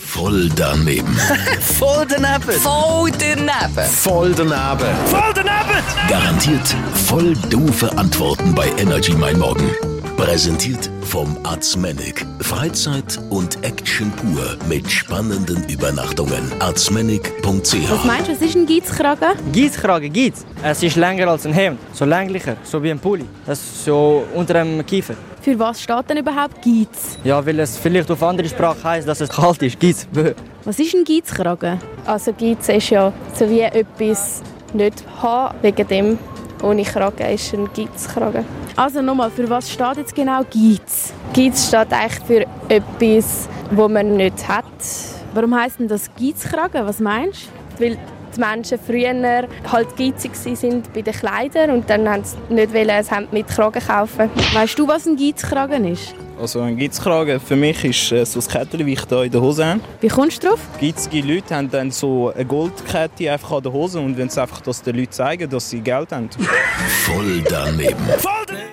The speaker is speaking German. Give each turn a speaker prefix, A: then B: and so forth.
A: Voll daneben.
B: Voll daneben.
C: Voll daneben.
A: Voll daneben.
B: Voll daneben!
A: Garantiert voll doofe Antworten bei Energy Mein Morgen. Präsentiert vom Arzmenig. Freizeit und Action pur mit spannenden Übernachtungen.
D: Was
A: Arzmenig.ch
D: meinst du, was ist ein Geizkragen?
E: Gießkrage gibt's. Es ist länger als ein Hemd, so länglicher, so wie ein Pulli. Das ist so unter dem Kiefer.
D: Für was steht denn überhaupt Geiz?
E: Ja, weil es vielleicht auf andere Sprache heisst, dass es kalt ist. Gieß. Bö.
D: Was ist ein Geizkragen?
F: Also Geiz ist ja so wie etwas nicht haben, wegen dem ohne Kragen ist ein Geizkragen.
D: Also nochmal, für was steht jetzt genau Geiz?
F: Geiz steht eigentlich für etwas, wo man nicht hat,
D: Warum heisst denn das Geizkragen? Was meinst du?
F: weil die Menschen früher halt geizig gewesen sind bei den Kleidern und dann haben sie nicht wollen, ein Hemd mit Kragen kaufen.
D: Weißt du, was ein Geizkragen ist?
G: Also ein Gitzkragen für mich ist äh, so das Kettchen, wie ich hier in der Hose habe.
D: Wie kommst du drauf?
G: Gitzige Leute haben dann so eine Goldkette einfach an der Hose und wenn sie einfach das den Leuten zeigen, dass sie Geld haben.
A: Voll daneben.
B: Voll daneben!